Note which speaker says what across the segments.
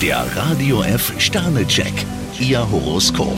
Speaker 1: Der Radio F Sternecheck, Ihr Horoskop.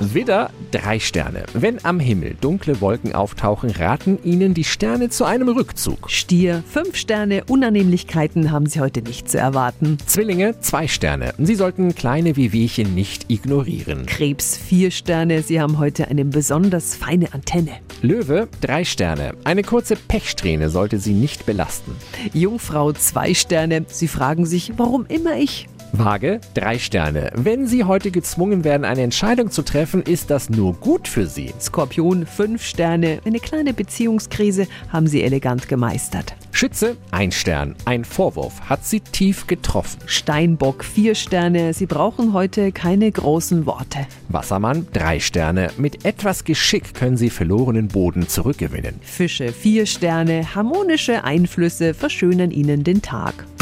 Speaker 2: Widder, drei Sterne. Wenn am Himmel dunkle Wolken auftauchen, raten Ihnen die Sterne zu einem Rückzug.
Speaker 3: Stier, fünf Sterne, Unannehmlichkeiten haben Sie heute nicht zu erwarten.
Speaker 2: Zwillinge, zwei Sterne. Sie sollten kleine Wehwehchen nicht ignorieren.
Speaker 3: Krebs, vier Sterne, Sie haben heute eine besonders feine Antenne.
Speaker 2: Löwe, drei Sterne. Eine kurze Pechsträhne sollte Sie nicht belasten.
Speaker 3: Jungfrau, zwei Sterne, Sie fragen sich, warum immer ich?
Speaker 2: Waage, drei Sterne. Wenn Sie heute gezwungen werden, eine Entscheidung zu treffen, ist das nur gut für Sie.
Speaker 3: Skorpion, fünf Sterne, eine kleine Beziehungskrise haben Sie elegant gemeistert.
Speaker 2: Schütze, ein Stern. Ein Vorwurf hat Sie tief getroffen.
Speaker 3: Steinbock, vier Sterne, Sie brauchen heute keine großen Worte.
Speaker 2: Wassermann, drei Sterne. Mit etwas Geschick können Sie verlorenen Boden zurückgewinnen.
Speaker 3: Fische, vier Sterne, harmonische Einflüsse verschönern Ihnen den Tag.